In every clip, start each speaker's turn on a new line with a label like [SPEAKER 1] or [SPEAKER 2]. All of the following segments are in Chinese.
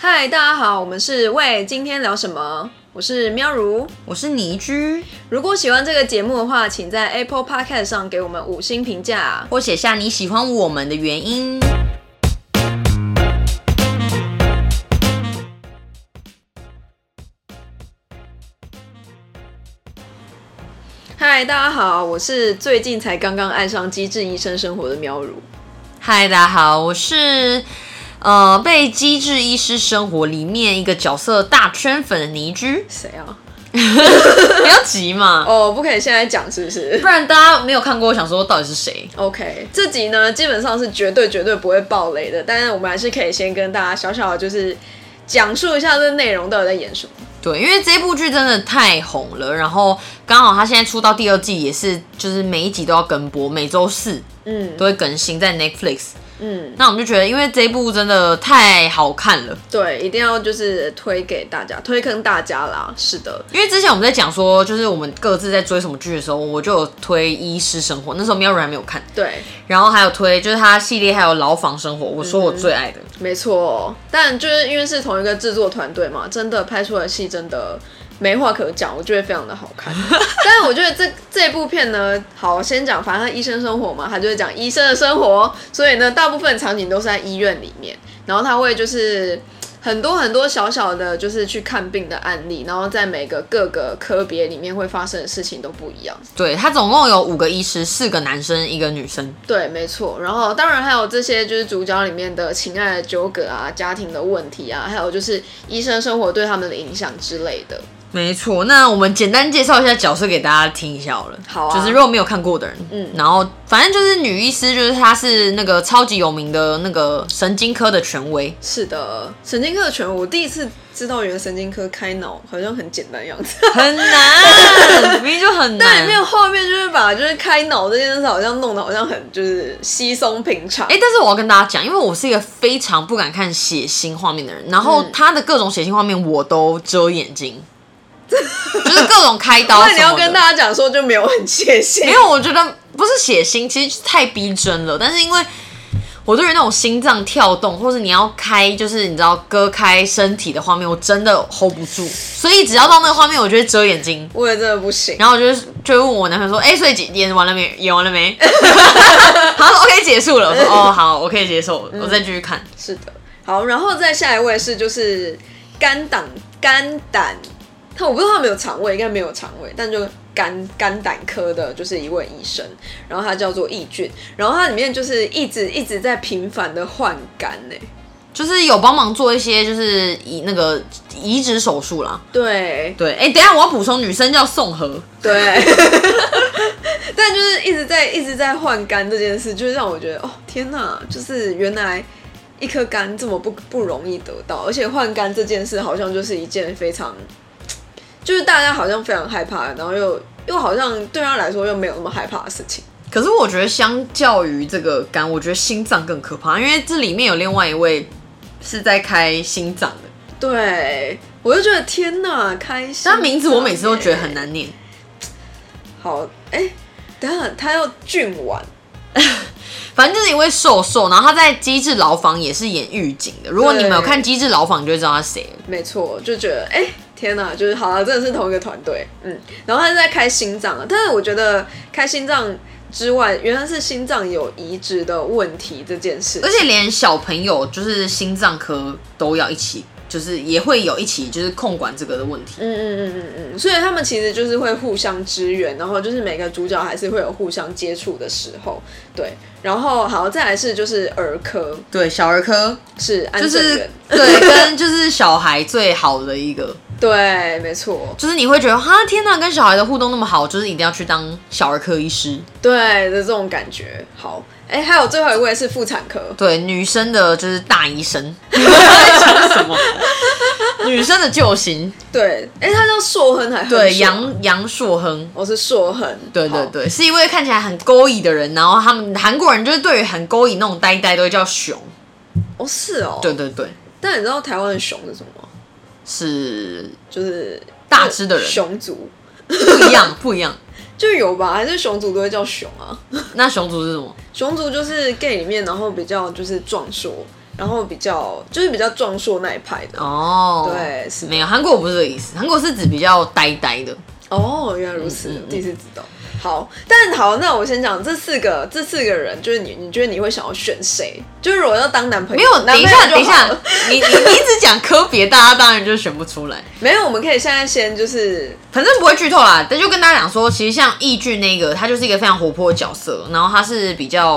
[SPEAKER 1] 嗨，大家好，我们是喂，今天聊什么？我是喵如。
[SPEAKER 2] 我是倪居，
[SPEAKER 1] 如果喜欢这个节目的话，请在 Apple Podcast 上给我们五星评价。
[SPEAKER 2] 或写下你喜欢我们的原因。
[SPEAKER 1] 嗨，大家好，我是最近才刚刚爱上《机智医生生活》的喵如。，
[SPEAKER 2] 嗨，大家好，我是呃被《机智医师生活》里面一个角色大圈粉的倪居
[SPEAKER 1] 谁啊？
[SPEAKER 2] 不要急嘛，
[SPEAKER 1] 哦，不可以现在讲，是不是
[SPEAKER 2] 不然大家没有看过，我想说到底是谁？
[SPEAKER 1] ？OK，这集呢基本上是绝对绝对不会爆雷的，但是我们还是可以先跟大家小小的就是讲述一下这内容到底在演什么。
[SPEAKER 2] 对，因为这部剧真的太红了，然后刚好它现在出到第二季，也是就是每一集都要跟播，每周四
[SPEAKER 1] 嗯
[SPEAKER 2] 都会更新在 Netflix。
[SPEAKER 1] 嗯，
[SPEAKER 2] 那我们就觉得，因为这部真的太好看了。
[SPEAKER 1] 对，一定要就是推给大家，推坑大家啦。是的，
[SPEAKER 2] 因为之前我们在讲说，就是我们各自在追什么剧的时候，我就有推《医师生活》，那时候喵人还没有看，
[SPEAKER 1] 对，
[SPEAKER 2] 然后还有推就是他系列还有《牢房生活》，我说我最爱的。
[SPEAKER 1] 没错。但就是因为是同一个制作团队嘛，真的拍出的戏真的没话可讲，我觉得非常的好看。 但是我觉得这这部片呢，好，先讲，反正它医生生活嘛，它就是讲医生的生活，所以呢，大部分场景都是在医院里面，然后他会就是。很多很多小小的，就是去看病的案例，然后在每个各个科别里面会发生的事情都不一样。
[SPEAKER 2] 对他总共有五个医师，四个男生，一个女生。
[SPEAKER 1] 对，没错。然后当然还有这些就是主角里面的情爱的纠葛啊、家庭的问题啊，还有就是医生生活对他们的影响之类的。
[SPEAKER 2] 没错，那我们简单介绍一下角色给大家听一下好了。
[SPEAKER 1] 好啊
[SPEAKER 2] 就是如果没有看过的人，
[SPEAKER 1] 嗯
[SPEAKER 2] 嗯，然后反正就是女医师，就是她是那个超级有名的那个神经科的权 威，
[SPEAKER 1] 是的，神经科的全，我第一次知道原来神经科开脑好像很简单的样子，
[SPEAKER 2] 很难，明明就很难。
[SPEAKER 1] 但里面后面就是把就是开脑这件事好像弄得好像很就是稀松平常。
[SPEAKER 2] 哎、但是我要跟大家讲，因为我是一个非常不敢看血腥画面的人，然后
[SPEAKER 1] 嗯
[SPEAKER 2] 他的各种血腥画面我都遮眼睛，就是各种开 刀
[SPEAKER 1] 那
[SPEAKER 2] 什么的。
[SPEAKER 1] 你要跟大家讲说就没有很谢谢，
[SPEAKER 2] 没有，我觉得不是血腥，其实就是太逼真了。但是因为我对于那种心脏跳动，或是你要开，就是你知道割开身体的画面，我真的 hold 不住，所以只要到那个画面，我就会遮眼睛。
[SPEAKER 1] 我也真的不行。
[SPEAKER 2] 然后我就是就会问我男朋友说：“哎、所以姐演完了没？演完了没？” 他说：“OK，结束了。”我说：“哦，好，我可以接受，我再继续看。
[SPEAKER 1] 是的，好，然后再下一位是就是肝胆肝胆，他我不知道他有没有肠胃，应该没有肠胃，但就肝肝胆科的就是一位医生，然后他叫做易俊，然后他里面就是一直一直在频繁的换肝欸呢、
[SPEAKER 2] 就是有帮忙做一些就是移那个移植手术啦。
[SPEAKER 1] 对
[SPEAKER 2] 对，哎、等一下我要补充，女生叫宋和，
[SPEAKER 1] 对， 但就是一直在一直在换肝这件事，就是让我觉得哦天哪，就是原来。一颗肝这么不不容易得到，而且换肝这件事好像就是一件非常，就是大家好像非常害怕，然后又又好像对他来说又没有那么害怕的事情。
[SPEAKER 2] 可是我觉得相较于这个肝，我觉得心脏更可怕，因为这里面有另外一位是在开心脏的，
[SPEAKER 1] 对我就觉得天哪，开心。
[SPEAKER 2] 他名字我每次都觉得很。难念。
[SPEAKER 1] 好，哎、等一下他要俊婉，
[SPEAKER 2] 反正就是一位瘦瘦，然后他在《机智牢房》也是演狱警的。如果你们有看《机智牢房》，你就会知道他谁了。
[SPEAKER 1] 没错，就觉得哎、天哪，就是好了，真的是同一个团队，嗯。然后他是在开心脏啊，但是我觉得开心脏之外，原来是心脏有移植的问题这件事
[SPEAKER 2] 而。且连小朋友就是心脏科都要一起，就是也会有一起就是控管这个的问题。
[SPEAKER 1] 嗯嗯嗯嗯嗯，所以他们其实就是会互相支援，然后就是每个主角还是会有互相接触的时候，对。然后好，再来是就是儿科，
[SPEAKER 2] 对，小儿科
[SPEAKER 1] 是安
[SPEAKER 2] 就
[SPEAKER 1] 正
[SPEAKER 2] 是
[SPEAKER 1] 元，
[SPEAKER 2] 对，跟就是小孩最好的一个，
[SPEAKER 1] 对，没错，
[SPEAKER 2] 就是你会觉得哈天哪，跟小孩的互动那么好，就是一定要去当小儿科医师。
[SPEAKER 1] 对的这种感觉。好，哎、还有最后一位是妇产科，
[SPEAKER 2] 对，女生的就是大医 生，在讲什么？ 女生的救星，
[SPEAKER 1] 对，哎、他叫硕亨还是
[SPEAKER 2] 对，
[SPEAKER 1] 硕
[SPEAKER 2] 杨杨硕亨。
[SPEAKER 1] 哦我是硕恒，
[SPEAKER 2] 对对
[SPEAKER 1] 好，
[SPEAKER 2] 对，是一位看起来很勾引的人，然后他们韩国人就是对于很勾引那种呆呆都会叫熊。
[SPEAKER 1] 哦是哦，
[SPEAKER 2] 对。对对，
[SPEAKER 1] 但你知道台湾的熊是什么吗？
[SPEAKER 2] 是
[SPEAKER 1] 就是呃
[SPEAKER 2] 大只的人
[SPEAKER 1] 熊族
[SPEAKER 2] 不一样，不一样。
[SPEAKER 1] 就有吧？还是熊族都会叫熊啊？
[SPEAKER 2] 那熊族是什么？
[SPEAKER 1] 熊族就是 gay 里面，然后比较就是壮硕，然后比较就是比较壮硕那一派的。
[SPEAKER 2] 哦，
[SPEAKER 1] 对是
[SPEAKER 2] 没有韩国我不是这个意思，韩国是指比较呆呆的，
[SPEAKER 1] 哦，原来如
[SPEAKER 2] 嗯
[SPEAKER 1] 此，第一次知道。好，但好，那我先讲这四个，这四个人，就是你，你觉得你会想要选谁？就是我要当男朋友，
[SPEAKER 2] 没有。
[SPEAKER 1] 男朋
[SPEAKER 2] 等一
[SPEAKER 1] 友
[SPEAKER 2] 下，
[SPEAKER 1] 就
[SPEAKER 2] 等一
[SPEAKER 1] 好
[SPEAKER 2] 下
[SPEAKER 1] 了，
[SPEAKER 2] 你你你一直讲科别，大家当然就选不出来，
[SPEAKER 1] 没有，我们可以现在先就是
[SPEAKER 2] 反正不会剧透啦。但就跟大家讲说，其实像易俊那个，他就是一个非常活泼的角色，然后他是比较，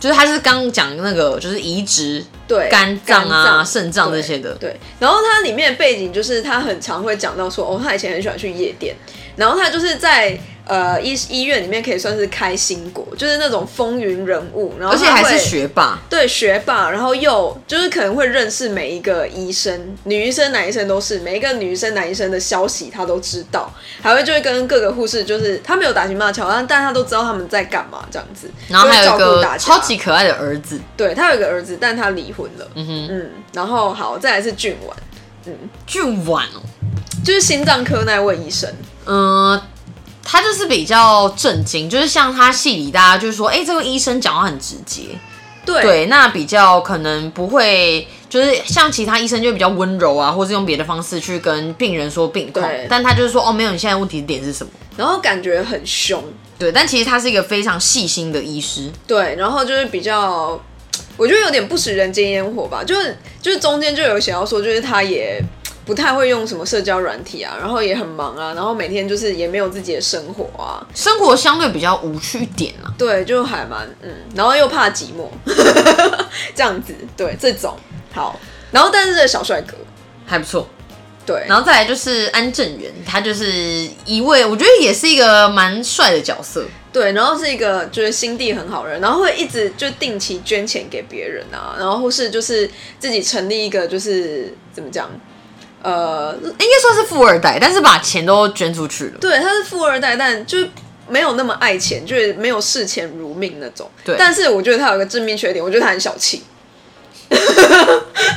[SPEAKER 2] 就是他是刚讲那个就是移植
[SPEAKER 1] 对
[SPEAKER 2] 肝脏啊、肾脏
[SPEAKER 1] 对
[SPEAKER 2] 这些的，
[SPEAKER 1] 对，然后它里面的背景就是他很常会讲到说，哦，他以前很喜欢去夜店，然后他就是在呃医医院里面可以算是开心果，就是那种风云人物，然后
[SPEAKER 2] 而且
[SPEAKER 1] 他
[SPEAKER 2] 还
[SPEAKER 1] 会
[SPEAKER 2] 是学霸。
[SPEAKER 1] 对学霸，然后又就是可能会认识每一个医生，女医生、男医生都是，每一个女医生、男医生的消息他都知道，还会就会跟各个护士，就是他没有打情骂俏，但但他都知道他们在干嘛这样子，
[SPEAKER 2] 然后还有一
[SPEAKER 1] 就会照顾
[SPEAKER 2] 个
[SPEAKER 1] 大家
[SPEAKER 2] 超级可爱的儿子，
[SPEAKER 1] 对他有一个儿子，但他离婚了，
[SPEAKER 2] 嗯哼，
[SPEAKER 1] 嗯，然后好，再来是俊婉，
[SPEAKER 2] 俊婉哦，
[SPEAKER 1] 就是心脏科那位医生，
[SPEAKER 2] 嗯，他就是比较震惊，就是像他戏里大家就是说，哎、这个医生讲话很直接，
[SPEAKER 1] 对
[SPEAKER 2] 对，那比较可能不会，就是像其他医生就比较温柔啊，或是用别的方式去跟病人说病况
[SPEAKER 1] 对，
[SPEAKER 2] 但他就是说，哦，没有，你现在问题点是什么？
[SPEAKER 1] 然后感觉很凶，
[SPEAKER 2] 对，但其实他是一个非常细心的医师，
[SPEAKER 1] 对，然后就是比较，我觉得有点不食人间烟火吧，就是就是中间就有想要说，就是他也不太会用什么社交软体啊，然后也很忙啊，然后每天就是也没有自己的生活啊，
[SPEAKER 2] 生活相对比较无趣一点啊。
[SPEAKER 1] 对，就还蛮嗯，然后又怕寂 寞， 这样子，对，这种好，然后但是这个小帅哥，
[SPEAKER 2] 还不错，
[SPEAKER 1] 对，
[SPEAKER 2] 然后再来就是安正元，他就是一位我觉得也是一个蛮帅的角色，
[SPEAKER 1] 对，然后是一个就是心地很好的人，然后会一直就定期捐钱给别人啊，然后或是就是自己成立一个就是怎么讲，呃，
[SPEAKER 2] 应该算是富二代，但是把钱都捐出去 了。
[SPEAKER 1] 对，他是富二代，但就是没有那么爱钱，就是没有视钱如命那种。
[SPEAKER 2] 对
[SPEAKER 1] 但是我觉得他有个致命缺点，我觉得他很小气。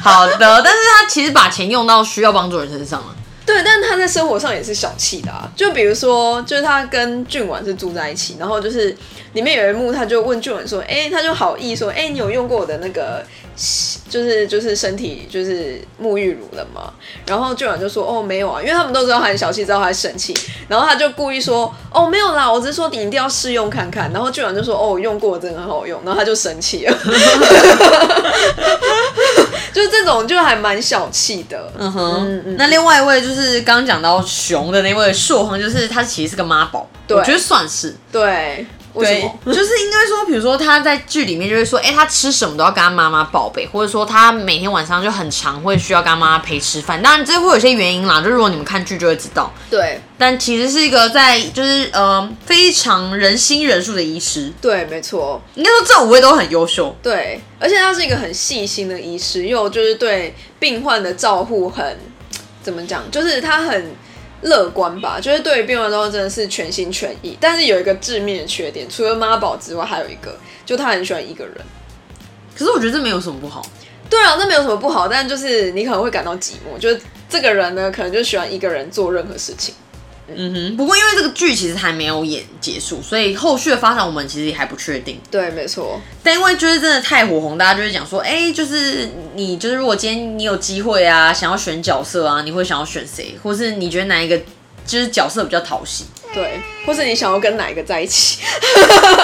[SPEAKER 2] 好的，但是他其实把钱用到需要帮助的人身上了。
[SPEAKER 1] 对，但他在生活上也是小气的啊。就比如说，就是他跟俊婉是住在一起，然后就是里面有一幕，他就问俊婉说：“哎、他就好意说，哎、你有用过我的那个，就是就是身体就是沐浴乳了吗？”然后俊婉就说：“哦，没有啊，因为他们都知道他很小气，知道他很生气，然后他就故意说：哦，没有啦，我只是说你一定要试用看看。”然后俊婉就说：“哦，我用过，真的很好用。”然后他就生气了， 就是这种就还蛮小气的。
[SPEAKER 2] 嗯哼，那另外一位就是刚刚讲到熊的那位硕恒，就是他其实是个妈宝，
[SPEAKER 1] 对
[SPEAKER 2] 我觉得算是。
[SPEAKER 1] 对，为什
[SPEAKER 2] 对
[SPEAKER 1] 么？，
[SPEAKER 2] 就是应该说，比如说他在剧里面就会说，哎、他吃什么都要跟他妈妈报备，或者说他每天晚上就很常会需要跟他妈妈陪吃饭。当然，这会有些原因啦，就如果你们看剧就会知道。
[SPEAKER 1] 对
[SPEAKER 2] 但其实是一个在就是呃非常人心人术的医师，
[SPEAKER 1] 对，没错，
[SPEAKER 2] 应该说这五位都很优秀。
[SPEAKER 1] 对，而且他是一个很细心的医师，又就是对病患的照护很怎么讲，就是他很乐观吧，就是对于病患都真的是全心全意。但是有一个致命的缺点，除了妈宝之外，还有一个，就他很喜欢一个人。
[SPEAKER 2] 可是我觉得这没有什么不好。
[SPEAKER 1] 对啊，那没有什么不好，但就是你可能会感到寂寞，就是这个人呢，可能就喜欢一个人做任何事情。
[SPEAKER 2] 嗯哼，不过因为这个剧其实还没有演结束，所以后续的发展我们其实也还不确定。
[SPEAKER 1] 对，没错，
[SPEAKER 2] 但因为就是真的太火红，大家就会讲说，哎、就是你就是如果今天你有机会啊，想要选角色啊，你会想要选谁，或是你觉得哪一个就是角色比较讨喜？
[SPEAKER 1] 对，或是你想要跟哪一个在一起？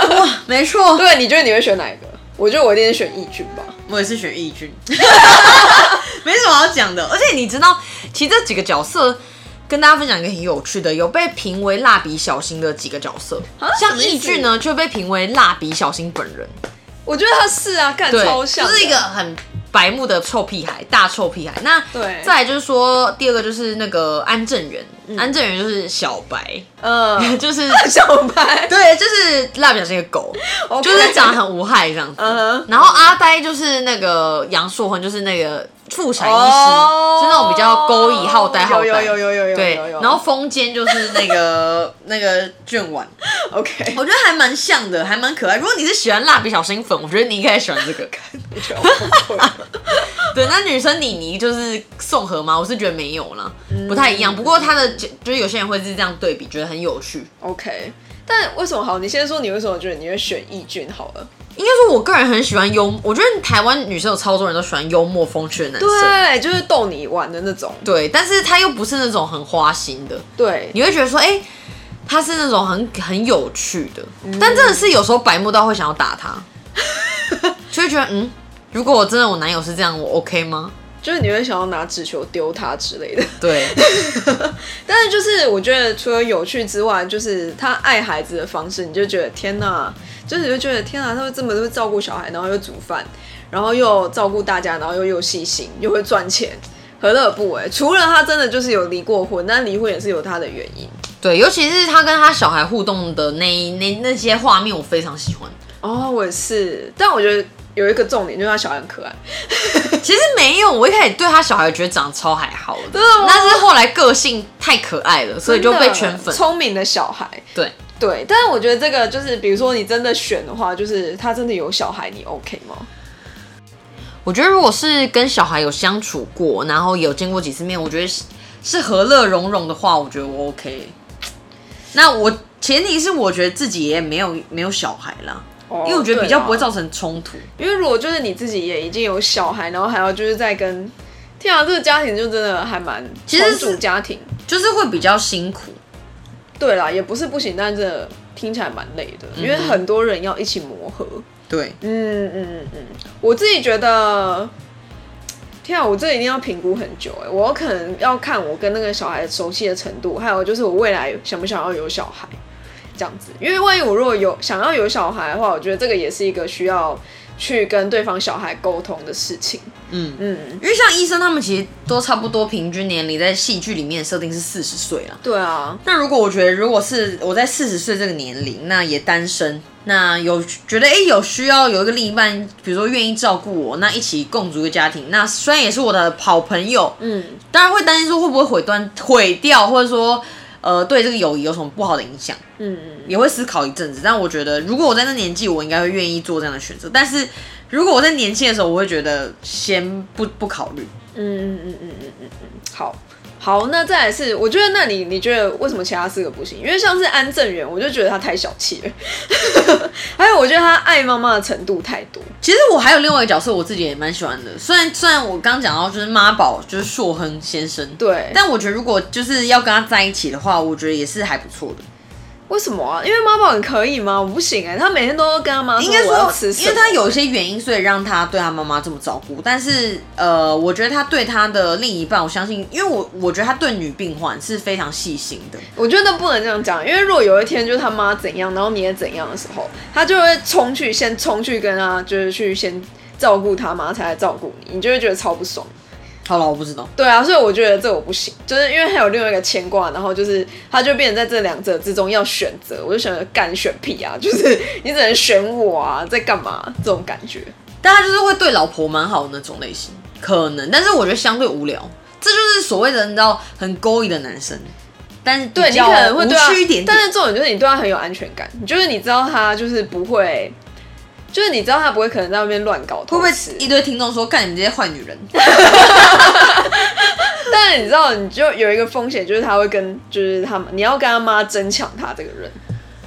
[SPEAKER 2] 哇，没错，
[SPEAKER 1] 对，你觉得你会选哪一个？我觉得我一定是选义军吧。
[SPEAKER 2] 我也是选义军， 没什么好讲的。而且你知道，其实这几个角色。跟大家分享一个很有趣的，有被评为蜡笔小新的几个角色，
[SPEAKER 1] 啊什
[SPEAKER 2] 像
[SPEAKER 1] 么意思
[SPEAKER 2] 义俊呢就被评为蜡笔小新本人，
[SPEAKER 1] 我觉得他是啊，干
[SPEAKER 2] 对，
[SPEAKER 1] 超像的，
[SPEAKER 2] 就是一个很白目的臭屁孩，大臭屁孩。那
[SPEAKER 1] 对
[SPEAKER 2] 再来就是说，第二个就是那个安正元，安正元就是小白，
[SPEAKER 1] 嗯，
[SPEAKER 2] 就是
[SPEAKER 1] 小白，
[SPEAKER 2] 对，就是蜡笔小新的狗，
[SPEAKER 1] OK
[SPEAKER 2] 就是长得很无害这样子。
[SPEAKER 1] 嗯哼，
[SPEAKER 2] 然后阿呆就是那个杨硕恒，就是那个妇产医师，
[SPEAKER 1] 哦
[SPEAKER 2] 就是那种比较勾引、好呆好呆。
[SPEAKER 1] 有有有有有有
[SPEAKER 2] 对
[SPEAKER 1] 有有，
[SPEAKER 2] 然后风间就是那 个那个卷碗，
[SPEAKER 1] OK，
[SPEAKER 2] 我觉得还蛮像的，还蛮可爱。如果你是喜欢蜡笔小新粉，我觉得你应该喜欢这个。
[SPEAKER 1] 我觉得我崩溃了
[SPEAKER 2] 对，那女生妮妮就是宋和吗？我是觉得没有啦，不太一样。不过她的就是有些人会是这样对比，觉得很有趣。
[SPEAKER 1] OK，但为什么好？你先说你为什么觉得你会选义俊好了？
[SPEAKER 2] 应该说，我个人很喜欢幽默，我觉得台湾女生有超多人都喜欢幽默风趣的男生。
[SPEAKER 1] 对，就是逗你玩的那种。
[SPEAKER 2] 对，但是他又不是那种很花心的，
[SPEAKER 1] 对，
[SPEAKER 2] 你会觉得说，哎、他是那种很很有趣的，但真的是有时候白目到会想要打他，就会觉得，嗯，如果我真的我男友是这样，我 OK 吗？
[SPEAKER 1] 就是你会想要拿纸球丢他之类的。
[SPEAKER 2] 对，
[SPEAKER 1] 但是就是我觉得除了有趣之外，就是他爱孩子的方式，你就觉得天哪，就是你就觉得天哪，他会这么会照顾小孩，然后又煮饭，然后又照顾大家，然后又又细心，又会赚钱，何乐而不为？除了他真的就是有离过婚，但离婚也是有他的原因。
[SPEAKER 2] 对，尤其是他跟他小孩互动的那一那那些画面，我非常喜欢。
[SPEAKER 1] 哦，我也是，但我觉得有一个重点就是他小孩很可爱。
[SPEAKER 2] 其实没有，我一开始对他小孩觉得长得超还好
[SPEAKER 1] 的
[SPEAKER 2] 的，
[SPEAKER 1] 吗
[SPEAKER 2] 但是后来个性太可爱了，所以就被圈粉
[SPEAKER 1] 真的。聪明的小孩，
[SPEAKER 2] 对，
[SPEAKER 1] 对，但是我觉得这个就是，比如说你真的选的话，就是他真的有小孩，你 OK 吗？
[SPEAKER 2] 我觉得如果是跟小孩有相处过，然后有见过几次面，我觉得是是和乐融融的话，我觉得我 OK。那我前提是我觉得自己也没有没有小孩啦，
[SPEAKER 1] 哦
[SPEAKER 2] 因为我觉得比较不会
[SPEAKER 1] 照，
[SPEAKER 2] 造成冲突。
[SPEAKER 1] 因为如果就是你自己也已经有小孩，然后还要就是在跟，天啊，这个家庭就真的还蛮
[SPEAKER 2] 其实
[SPEAKER 1] 重
[SPEAKER 2] 是
[SPEAKER 1] 组家庭，
[SPEAKER 2] 就是会比较辛苦。
[SPEAKER 1] 对啦，也不是不行，但真的听起来蛮累的，因为很多人要一起磨合。
[SPEAKER 2] 对，
[SPEAKER 1] 嗯嗯嗯嗯，我自己觉得，天啊，我这一定要评估很久哎，我可能要看我跟那个小孩熟悉的程度，还有就是我未来想不想要有小孩，这样子。因为万一我如果有想要有小孩的话，我觉得这个也是一个需要去跟对方小孩沟通的事情。
[SPEAKER 2] 嗯
[SPEAKER 1] 嗯，
[SPEAKER 2] 因为像医生他们其实都差不多平均年龄，在戏剧里面的设定是四十岁啦。
[SPEAKER 1] 对啊，
[SPEAKER 2] 那如果我觉得如果是我在四十岁这个年龄，那也单身，那有觉得哎、诶有需要有一个另一半，比如说愿意照顾我，那一起共组一个家庭，那虽然也是我的好朋友，
[SPEAKER 1] 嗯，
[SPEAKER 2] 当然会担心说会不会毁 断毁掉，或者说呃对这个友谊有什么不好的影响，
[SPEAKER 1] 嗯嗯，
[SPEAKER 2] 也会思考一阵子。但我觉得如果我在那年纪，我应该会愿意做这样的选择。但是如果我在年轻的时候，我会觉得先不不考虑。
[SPEAKER 1] 嗯嗯嗯嗯嗯嗯嗯，好。好，那再来是，我觉得那你你觉得为什么其他四个不行？因为像是安正元，我就觉得他太小气了， 还有我觉得他爱妈妈的程度太多。
[SPEAKER 2] 其实我还有另外一个角色，我自己也蛮喜欢的。虽然虽然我刚讲到就是妈宝，就是硕亨先生，
[SPEAKER 1] 对，
[SPEAKER 2] 但我觉得如果就是要跟他在一起的话，我觉得也是还不错的。
[SPEAKER 1] 为什么啊？因为妈宝很可以吗？我不行哎、他每天都跟他妈
[SPEAKER 2] 应该
[SPEAKER 1] 我要
[SPEAKER 2] 说
[SPEAKER 1] 吃，什
[SPEAKER 2] 因
[SPEAKER 1] 么
[SPEAKER 2] 为他有一些原因，所以让他对他妈妈这么照顾。但是呃，我觉得他对他的另一半，我相信，因为我我觉得他对女病患是非常细心的。
[SPEAKER 1] 我觉得不能这样讲，因为如果有一天就是他妈怎样，然后你也怎样的时候，他就会冲去先冲去跟他就是去先照顾他妈，才来照顾你，你就会觉得超不爽。
[SPEAKER 2] 好了，我不知道。
[SPEAKER 1] 对啊，所以我觉得这我不行，就是因为还有另外一个牵挂，然后就是他就变成在这两者之中要选择，我就想着干选屁啊， 就是你只能选我啊，在干嘛这种感觉。
[SPEAKER 2] 但他就是会对老婆蛮好的那种类型，可能，但是我觉得相对无聊，这就是所谓的你知道很勾引的男生，但是
[SPEAKER 1] 对
[SPEAKER 2] 比
[SPEAKER 1] 你
[SPEAKER 2] 较
[SPEAKER 1] 可能会对他
[SPEAKER 2] 无趣一点点
[SPEAKER 1] 但是重点就是你对他很有安全感，就是你知道他就是不会，就是你知道他不会可能在外面乱搞
[SPEAKER 2] 会
[SPEAKER 1] 偷
[SPEAKER 2] 不会
[SPEAKER 1] 吃，
[SPEAKER 2] 一堆听众说干你们这些坏女人？
[SPEAKER 1] 但是你知道你就有一个风险，就是他会跟就是他们你要跟他妈争抢他这个人，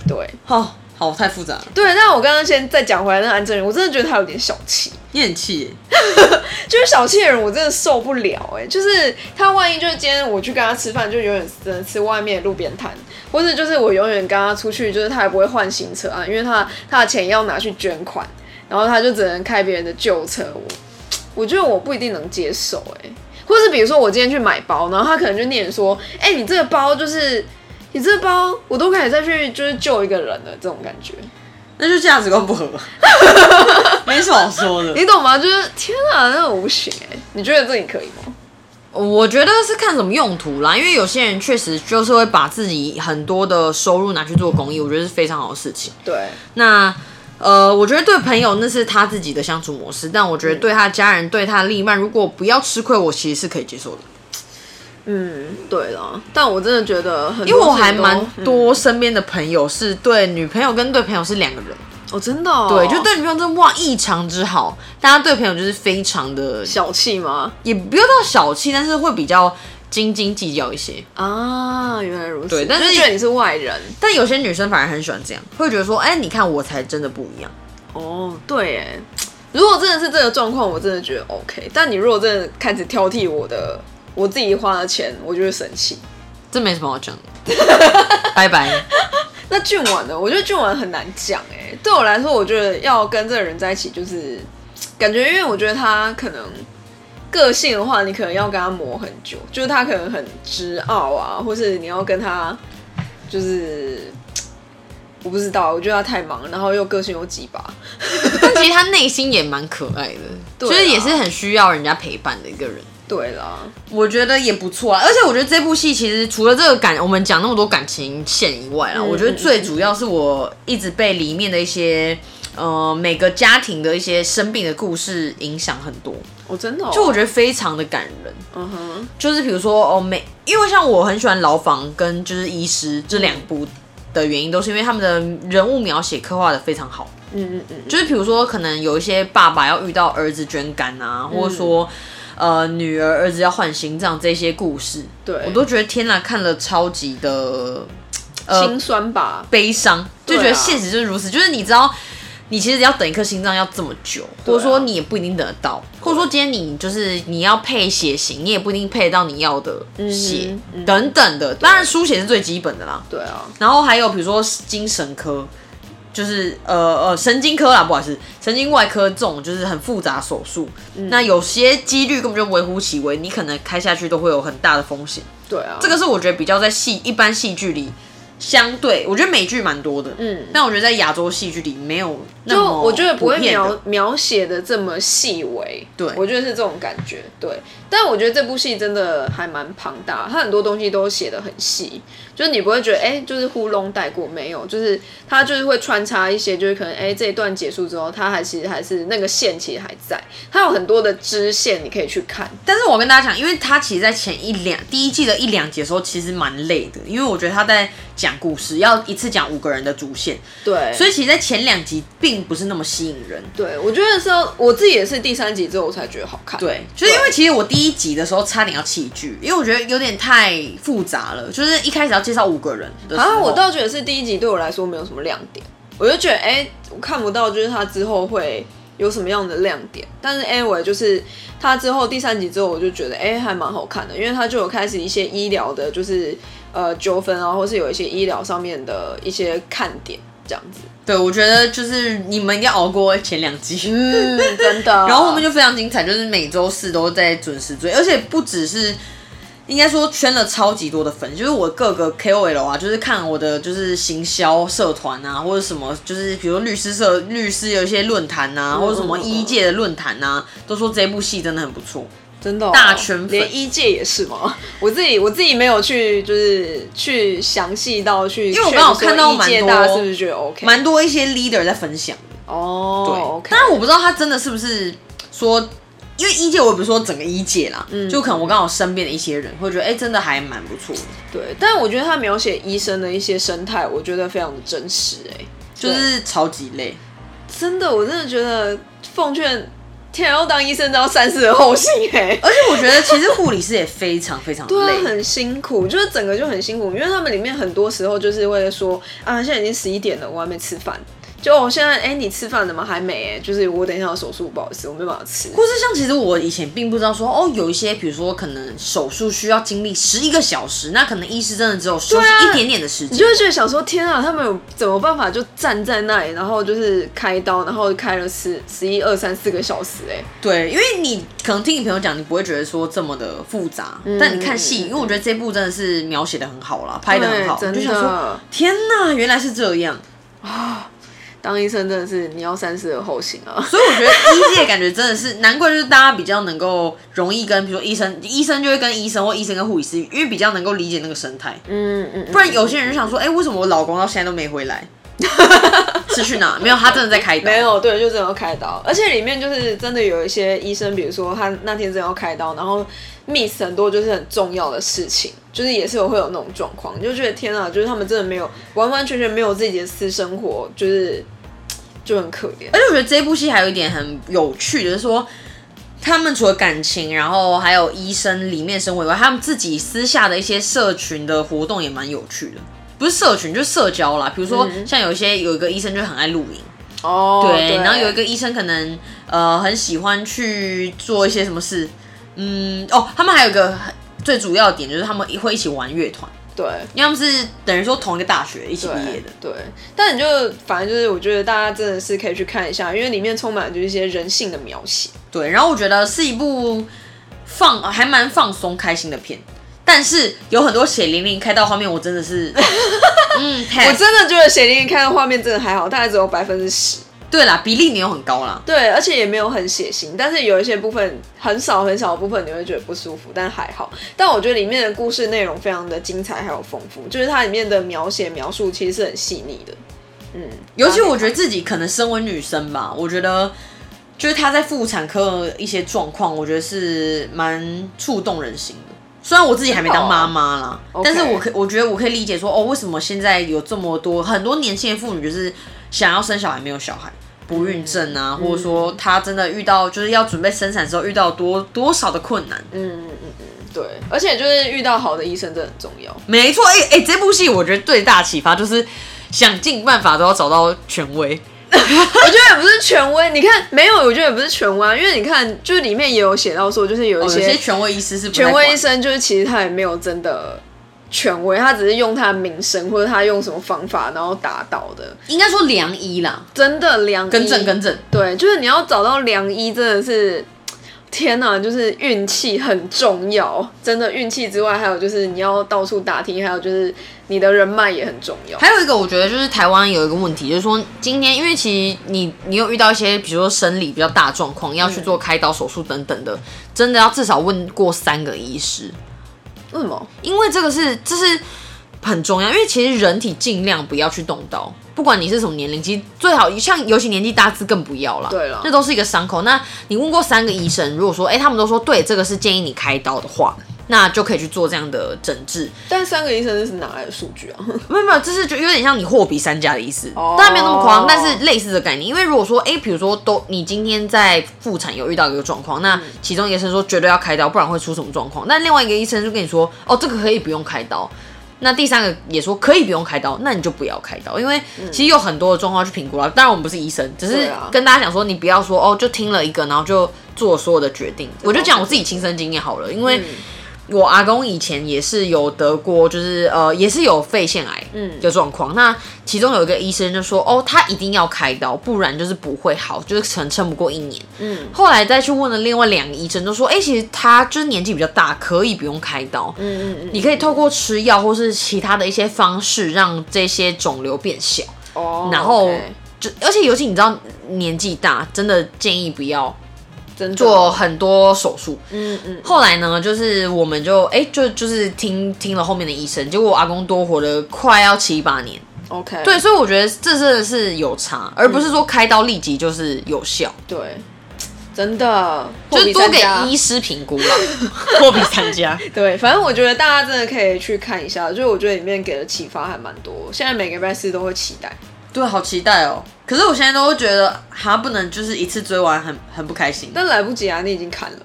[SPEAKER 1] 对
[SPEAKER 2] 哦， 好，太复杂了，
[SPEAKER 1] 对。但我刚刚先再讲回来那个安正人，我真的觉得他有点小气，
[SPEAKER 2] 你很气耶。
[SPEAKER 1] 就是小气的人我真的受不了哎、就是他万一就是今天我去跟他吃饭，就永远只能吃外面的路边摊，或者就是我永远跟他出去，就是他也不会换新车啊，因为他他的钱要拿去捐款，然后他就只能开别人的旧车，我我觉得我不一定能接受哎、或是比如说我今天去买包，然后他可能就念说，哎、你这个包就是你这个包我都可以再去就是救一个人了这种感觉，
[SPEAKER 2] 那就价值观不合， 没什么好说的。
[SPEAKER 1] 你懂吗？就是天啊，那我不行哎、你觉得这你可以吗？
[SPEAKER 2] 我觉得是看什么用途啦，因为有些人确实就是会把自己很多的收入拿去做公益，我觉得是非常好的事情。
[SPEAKER 1] 对。
[SPEAKER 2] 那呃，我觉得对朋友那是他自己的相处模式，但我觉得对他家人、对他另一半，如果不要吃亏，我其实是可以接受的，
[SPEAKER 1] 嗯，对啦，但我真的觉得很多事情都，
[SPEAKER 2] 因为我还蛮
[SPEAKER 1] 嗯
[SPEAKER 2] 多身边的朋友是对女朋友跟对朋友是两个人，
[SPEAKER 1] 哦，真的、哦，
[SPEAKER 2] 对，就对女朋友真的哇异常之好，大家对朋友就是非常的，
[SPEAKER 1] 小气吗？
[SPEAKER 2] 也不要到小气，但是会比较斤斤计较一些。
[SPEAKER 1] 啊，原来如此，
[SPEAKER 2] 对但是
[SPEAKER 1] 就是觉得你是外人
[SPEAKER 2] 但有些女生反而很喜欢这样，会觉得说，哎、你看我才真的不一样。
[SPEAKER 1] 哦，对耶，如果真的是这个状况，我真的觉得 OK。但你如果真的开始挑剔我的我自己花的钱，我就会生气。
[SPEAKER 2] 这没什么好讲 的，拜拜。
[SPEAKER 1] 那俊婉呢？我觉得俊婉很难讲哎、对我来说，我觉得要跟这个人在一起，就是感觉，因为我觉得他可能个性的话，你可能要跟他磨很久，就是他可能很执拗啊，或是你要跟他就是。我不知道，我觉得他太忙，然后又个性又鸡巴，
[SPEAKER 2] 但其实他内心也蛮可爱的，
[SPEAKER 1] 对啊
[SPEAKER 2] 就是也是很需要人家陪伴的一个人。
[SPEAKER 1] 对啦，
[SPEAKER 2] 我觉得也不错啊，而且我觉得这部戏其实除了这个感，我们讲那么多感情线以外
[SPEAKER 1] 嗯
[SPEAKER 2] 啦，我觉得最主要是我一直被里面的一些呃每个家庭的一些生病的故事影响很多，
[SPEAKER 1] 我、真的、哦，
[SPEAKER 2] 就我觉得非常的感人。
[SPEAKER 1] 嗯哼，
[SPEAKER 2] 就是比如说哦，每因为像我很喜欢《牢房》跟就是《医师》这两部的原因，都是因为他们的人物描写刻画的非常好。
[SPEAKER 1] 嗯嗯嗯，
[SPEAKER 2] 就是比如说，可能有一些爸爸要遇到儿子捐肝啊，或者说呃女儿儿子要换心脏这些故事，
[SPEAKER 1] 嗯对
[SPEAKER 2] 我都觉得天哪，看了超级的
[SPEAKER 1] 心酸吧，
[SPEAKER 2] 悲伤，
[SPEAKER 1] 对
[SPEAKER 2] 就
[SPEAKER 1] 啊
[SPEAKER 2] 觉得现实就是如此，就是你知道。你其实要等一颗心脏要这么久，或者
[SPEAKER 1] 啊
[SPEAKER 2] 说你也不一定等得到，或者说今天你就是你要配血型，你也不一定配得到你要的血、
[SPEAKER 1] 嗯嗯
[SPEAKER 2] 等等的。当然输血是最基本的啦，
[SPEAKER 1] 对啊，
[SPEAKER 2] 然后还有比如说精神科，就是呃呃神经科啦，不好意思，神经外科这种就是很复杂手术，
[SPEAKER 1] 嗯
[SPEAKER 2] 那有些几率根本就微乎其微，你可能开下去都会有很大的风险。
[SPEAKER 1] 对啊，
[SPEAKER 2] 这个是我觉得比较在戏一般戏剧里相对，我觉得美剧蛮多的，
[SPEAKER 1] 嗯
[SPEAKER 2] 但我觉得在亚洲戏剧里没有那
[SPEAKER 1] 就
[SPEAKER 2] 么
[SPEAKER 1] 我觉得不会
[SPEAKER 2] 普遍的
[SPEAKER 1] 描描写的这么细微，
[SPEAKER 2] 对
[SPEAKER 1] 我觉得是这种感觉，对。但我觉得这部戏真的还蛮庞大，它很多东西都写的很细，就是你不会觉得哎、就是糊弄带过，没有，就是它就是会穿插一些，就是可能哎、这一段结束之后，它还其实还是那个线其实还在，它有很多的支线你可以去看，
[SPEAKER 2] 但是我跟大家讲，因为他其实，在前一两第一季的一两集的时候，其实蛮累的，因为我觉得他在讲故事，要一次讲五个人的主线，
[SPEAKER 1] 对，
[SPEAKER 2] 所以其实，在前两集并不是那么吸引人。
[SPEAKER 1] 对我觉得是要我自己也是第三集之后我才觉得好看，
[SPEAKER 2] 对，就是因为其实我第一集的时候差点要弃剧，因为我觉得有点太复杂了。就是一开始要介绍五个人的时候，
[SPEAKER 1] 啊，我倒觉得是第一集对我来说没有什么亮点，我就觉得哎、我看不到就是他之后会有什么样的亮点。但是 anyway，就是他之后第三集之后，我就觉得哎、还蛮好看的，因为他就有开始一些医疗的，就是呃纠纷啊，或是有一些医疗上面的一些看点这样 子。
[SPEAKER 2] 对我觉得就是你们一定要熬过前两集。
[SPEAKER 1] 嗯，真的。
[SPEAKER 2] 然后后面就非常精彩，就是每周四都在准时追，而且不只是。应该说圈了超级多的粉，就是我各个 KOL 啊，就是看我的就是行销社团啊，或者什么，就是比如律师社、律师有一些论坛啊，或者什
[SPEAKER 1] 嗯
[SPEAKER 2] 么医界的论坛啊，都说这部戏真的很不错。
[SPEAKER 1] 真的、哦、
[SPEAKER 2] 大圈粉
[SPEAKER 1] 连一届也是吗？我自己我自己没有去就是去详细到去，因
[SPEAKER 2] 为我刚好看到蛮多
[SPEAKER 1] 大家是不是觉得 OK？
[SPEAKER 2] 蛮多一些 leader 在分享的。
[SPEAKER 1] 哦，OK，
[SPEAKER 2] 当然我不知道他真的是不是说，因为一届我也不是说整个一届啦，
[SPEAKER 1] 嗯
[SPEAKER 2] 就可能我刚好身边的一些人会觉得，哎、真的还蛮不错的，
[SPEAKER 1] 对，但我觉得他描写医生的一些生态，我觉得非常的真实、哎，
[SPEAKER 2] 就是超级累。
[SPEAKER 1] 真的，我真的觉得奉劝，天啊要当医生都要三思而后行、哎，
[SPEAKER 2] 而且我觉得其实护理师也非常非常
[SPEAKER 1] 对啊，
[SPEAKER 2] 累，
[SPEAKER 1] 很辛苦，就是整个就很辛苦，因为他们里面很多时候就是会说啊，现在已经十一点了，我还没吃饭。就我现在，哎、你吃饭了吗？还没、哎，就是我等一下有手术，不好意思，我没办法吃。
[SPEAKER 2] 或是像其实我以前并不知道说哦，有一些比如说可能手术需要经历十一个小时，那可能医师真的只有休息
[SPEAKER 1] 对啊
[SPEAKER 2] 一点点的时
[SPEAKER 1] 你
[SPEAKER 2] 间
[SPEAKER 1] 就。会觉得想说，天啊，他们有怎么办法就站在那里，然后就是开刀，然后开了十十一二三四个小时、哎，
[SPEAKER 2] 对，因为你可能听你朋友讲，你不会觉得说这么的复杂，
[SPEAKER 1] 嗯
[SPEAKER 2] 但你看戏，因为我觉得这部真的是描写的很好啦，拍的很好，
[SPEAKER 1] 对
[SPEAKER 2] 你就
[SPEAKER 1] 真
[SPEAKER 2] 想说
[SPEAKER 1] 的。
[SPEAKER 2] 天哪，原来是这样。
[SPEAKER 1] 当医生真的是你要三思而后行啊！
[SPEAKER 2] 所以我觉得医界感觉真的是，难怪就是大家比较能够容易跟，比如说医生，医生就会跟医生或医生跟护理师，因为比较能够理解那个生态。
[SPEAKER 1] 嗯嗯，
[SPEAKER 2] 不然有些人就想说，哎、为什么我老公到现在都没回来？ 是去哪？没有，他真的在开刀。
[SPEAKER 1] 没，有，对，就真的要开刀，而且里面就是真的有一些医生，比如说他那天真的要开刀，然后 miss 很多就是很重要的事情，就是也是有会有那种状况，你就觉得天啊，就是他们真的没有完完全全没有自己的私生活，就是就很可怜。
[SPEAKER 2] 而且我觉得这部戏还有一点很有趣，就是说。他们除了感情，然后还有医生里面生活以外，他们自己私下的一些社群的活动也蛮有趣的。不是社群，就是社交啦。比如说，像有一些有一个医生就很爱露营，
[SPEAKER 1] 嗯哦，
[SPEAKER 2] 对，然后有一
[SPEAKER 1] 个
[SPEAKER 2] 个医生可能呃很喜欢去做一些什么事，嗯，哦，他们还有一个很最主要的点就是他们会一起玩乐团，
[SPEAKER 1] 对。
[SPEAKER 2] 因为他们是等于说同一个大学一起毕业
[SPEAKER 1] 对
[SPEAKER 2] 的。
[SPEAKER 1] 对，但你就反正就是，我觉得大家真的是可以去看一下，因为里面充满了就是一些人性的描写。
[SPEAKER 2] 对，然后我觉得是一部放还蛮放松开心的片，但是有很多血淋淋开到画面，我真的是，嗯，
[SPEAKER 1] 我
[SPEAKER 2] pass
[SPEAKER 1] 真的觉得写灵看的画面真的还好，大概只有百分之十。
[SPEAKER 2] 对啦，比例没有很高啦。
[SPEAKER 1] 对，而且也没有很血腥，但是有一些部分很少很少的部分你会觉得不舒服，但还好。但我觉得里面的故事内容非常的精彩，还有丰富，就是它里面的描写描述其实是很细腻的。嗯，
[SPEAKER 2] 尤其我觉得自己可能身为女生吧，我觉得就是她在妇产科一些状况，我觉得是蛮触动人心的。虽然我自己还没当妈妈啦，
[SPEAKER 1] 哦
[SPEAKER 2] 但是
[SPEAKER 1] OK
[SPEAKER 2] 我可我觉得我可以理解说，哦，为什么现在有这么多很多年轻的妇女就是想要生小孩没有小孩，不孕症
[SPEAKER 1] 嗯
[SPEAKER 2] 啊，或者说她真的遇到就是要准备生产的时候遇到多多少的困难。
[SPEAKER 1] 对，而且就是遇到好的医生真的很重要。
[SPEAKER 2] 没错，哎、哎、这部戏我觉得最大启发就是想尽办法都要找到权威。
[SPEAKER 1] 我觉得也不是权威，你看没有，我觉得也不是权威啊，因为你看就是里面也有写到说，哦就是有
[SPEAKER 2] 有
[SPEAKER 1] 一
[SPEAKER 2] 些
[SPEAKER 1] 些
[SPEAKER 2] 权威医师是不太
[SPEAKER 1] 权
[SPEAKER 2] 管
[SPEAKER 1] 威
[SPEAKER 2] 的
[SPEAKER 1] 医生就是其实他也没有真的权威，他只是用他的名声或者他用什么方法然后达到的。
[SPEAKER 2] 应该说良医啦，
[SPEAKER 1] 真的良医
[SPEAKER 2] 更正更正，
[SPEAKER 1] 对，就是你要找到良医，真的是天哪，就是运气很重要，真的运气之外，还有就是你要到处打听，还有就是你的人脉也很重要。
[SPEAKER 2] 还有一个我觉得就是台湾有一个问题，就是说今天因为其实你你有遇到一些比如说生理比较大的状况，要去做开刀手术等等
[SPEAKER 1] 嗯
[SPEAKER 2] 的，真的要至少问过三个医师，
[SPEAKER 1] 为什么？
[SPEAKER 2] 因为这个是这是很重要，因为其实人体尽量不要去动刀。不管你是什么年龄，其实最好像尤其年纪大字更不要啦。
[SPEAKER 1] 对啦
[SPEAKER 2] 那都是一个伤口。那你问过三个医生，如果说哎、诶他们都说对这个是建议你开刀的话，那就可以去做这样的诊治。
[SPEAKER 1] 但三个医生是哪来的数据啊？
[SPEAKER 2] 没有没有，这是就有点像你货比三家的意思
[SPEAKER 1] 哦，
[SPEAKER 2] 当然没有那么夸张，但是类似的概念。因为如果说，哎、比如说都你今天在妇产有遇到一个状况，那其中一个医生说绝对要开刀，不然会出什么状况。那另外一个医生就跟你说，哦，这个可以不用开刀。那第三个也说可以不用开刀，那你就不要开刀，因为其实有很多的状况去评估了。当然我们不是医生，只
[SPEAKER 1] 对
[SPEAKER 2] 是
[SPEAKER 1] 啊
[SPEAKER 2] 跟大家讲说，你不要说哦，就听了一个，然后就做所有的决定。我就讲我自己亲身经验好了，
[SPEAKER 1] 嗯
[SPEAKER 2] 因为。嗯我阿公以前也是有得过，就是呃，也是有肺腺癌的状况。那其中有一个医生就说，哦，他一定要开刀，不然就是不会好，就是可能撑不过一年。
[SPEAKER 1] 嗯
[SPEAKER 2] 后来再去问了另外两个医生，都说，哎、其实他就是年纪比较大，可以不用开刀，
[SPEAKER 1] 嗯嗯嗯，
[SPEAKER 2] 你可以透过吃药或是其他的一些方式让这些肿瘤变小。
[SPEAKER 1] 哦，
[SPEAKER 2] 然后
[SPEAKER 1] OK，
[SPEAKER 2] 就而且尤其你知道年纪大，真的建议不要
[SPEAKER 1] 哦真的
[SPEAKER 2] 做，很多手术。
[SPEAKER 1] 嗯嗯，
[SPEAKER 2] 后来呢，就是我们就哎、就就是听听了后面的医生，结果我阿公多活了快要七八年。
[SPEAKER 1] OK，
[SPEAKER 2] 对，所以我觉得这真的是有差，而
[SPEAKER 1] 嗯
[SPEAKER 2] 不是说开刀立即就是有效，
[SPEAKER 1] 对，真的，
[SPEAKER 2] 就是多给
[SPEAKER 1] 医。
[SPEAKER 2] 医师 评估啦，货比三家。
[SPEAKER 1] 对，反正我觉得大家真的可以去看一下，就是我觉得里面给的启发还蛮多。现在每个礼拜四都会期待，
[SPEAKER 2] 对，好期待哦！可是我现在都会觉得，哈，不能就是一次追完很很不开 心。
[SPEAKER 1] 但来不及啊，你已经看了。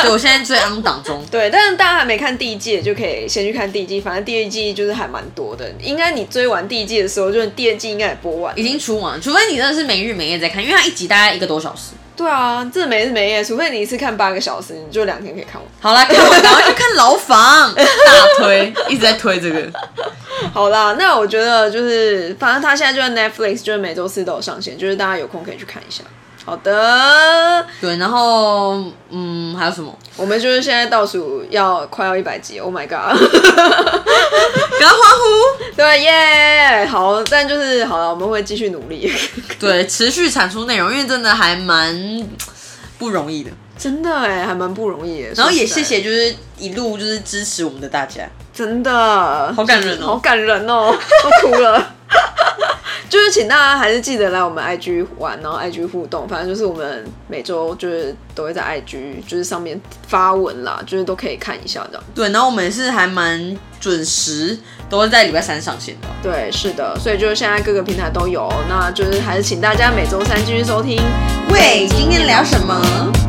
[SPEAKER 2] 对，我现在追昂档中，
[SPEAKER 1] 对，但是大家还没看第一季，就可以先去看第一季。反正第一季就是还蛮多的，应该你追完第一季的时候，就是第二季应该也播 完
[SPEAKER 2] 已。经出完了，除非你真的是没日没夜在看，因为它一集大概一个多小时。
[SPEAKER 1] 对啊，这没日没夜，除非你一次看八个小时，你就两天可以看完。
[SPEAKER 2] 好啦，看完赶快去看牢房，大推，一直在推这个。
[SPEAKER 1] 好啦，那我觉得就是，反正它现在就在 Netflix，就是每周四都有上线，就是大家有空可以去看一下。好的，
[SPEAKER 2] 对，然后嗯，还有什么？
[SPEAKER 1] 我们就是现在倒数要快要一百集，Oh my god！
[SPEAKER 2] 赶快欢
[SPEAKER 1] 对耶好，但就是好了，我们会继续努力。
[SPEAKER 2] 呼！对，持续产出内容，因为真的还蛮不容易的。
[SPEAKER 1] 真的哎，还蛮不容易耶。
[SPEAKER 2] 然后也
[SPEAKER 1] 说实
[SPEAKER 2] 谢
[SPEAKER 1] 在
[SPEAKER 2] 谢，就是一路就是支持我们的大家。
[SPEAKER 1] 真的，
[SPEAKER 2] 好感人哦
[SPEAKER 1] 好感人哦， 我哭了。 就是请大家还是记得来我们 IG 玩，然后 IG 互动，反正就是我们每周就是都会在 IG 就是上面发文啦，就是都可以看一下这样。
[SPEAKER 2] 对，然后我们也是还蛮准时，都会在礼拜三上线的。
[SPEAKER 1] 对，是的，所以就是现在各个平台都有，那就是还是请大家每周三继续收听。
[SPEAKER 2] 喂，今天聊什么？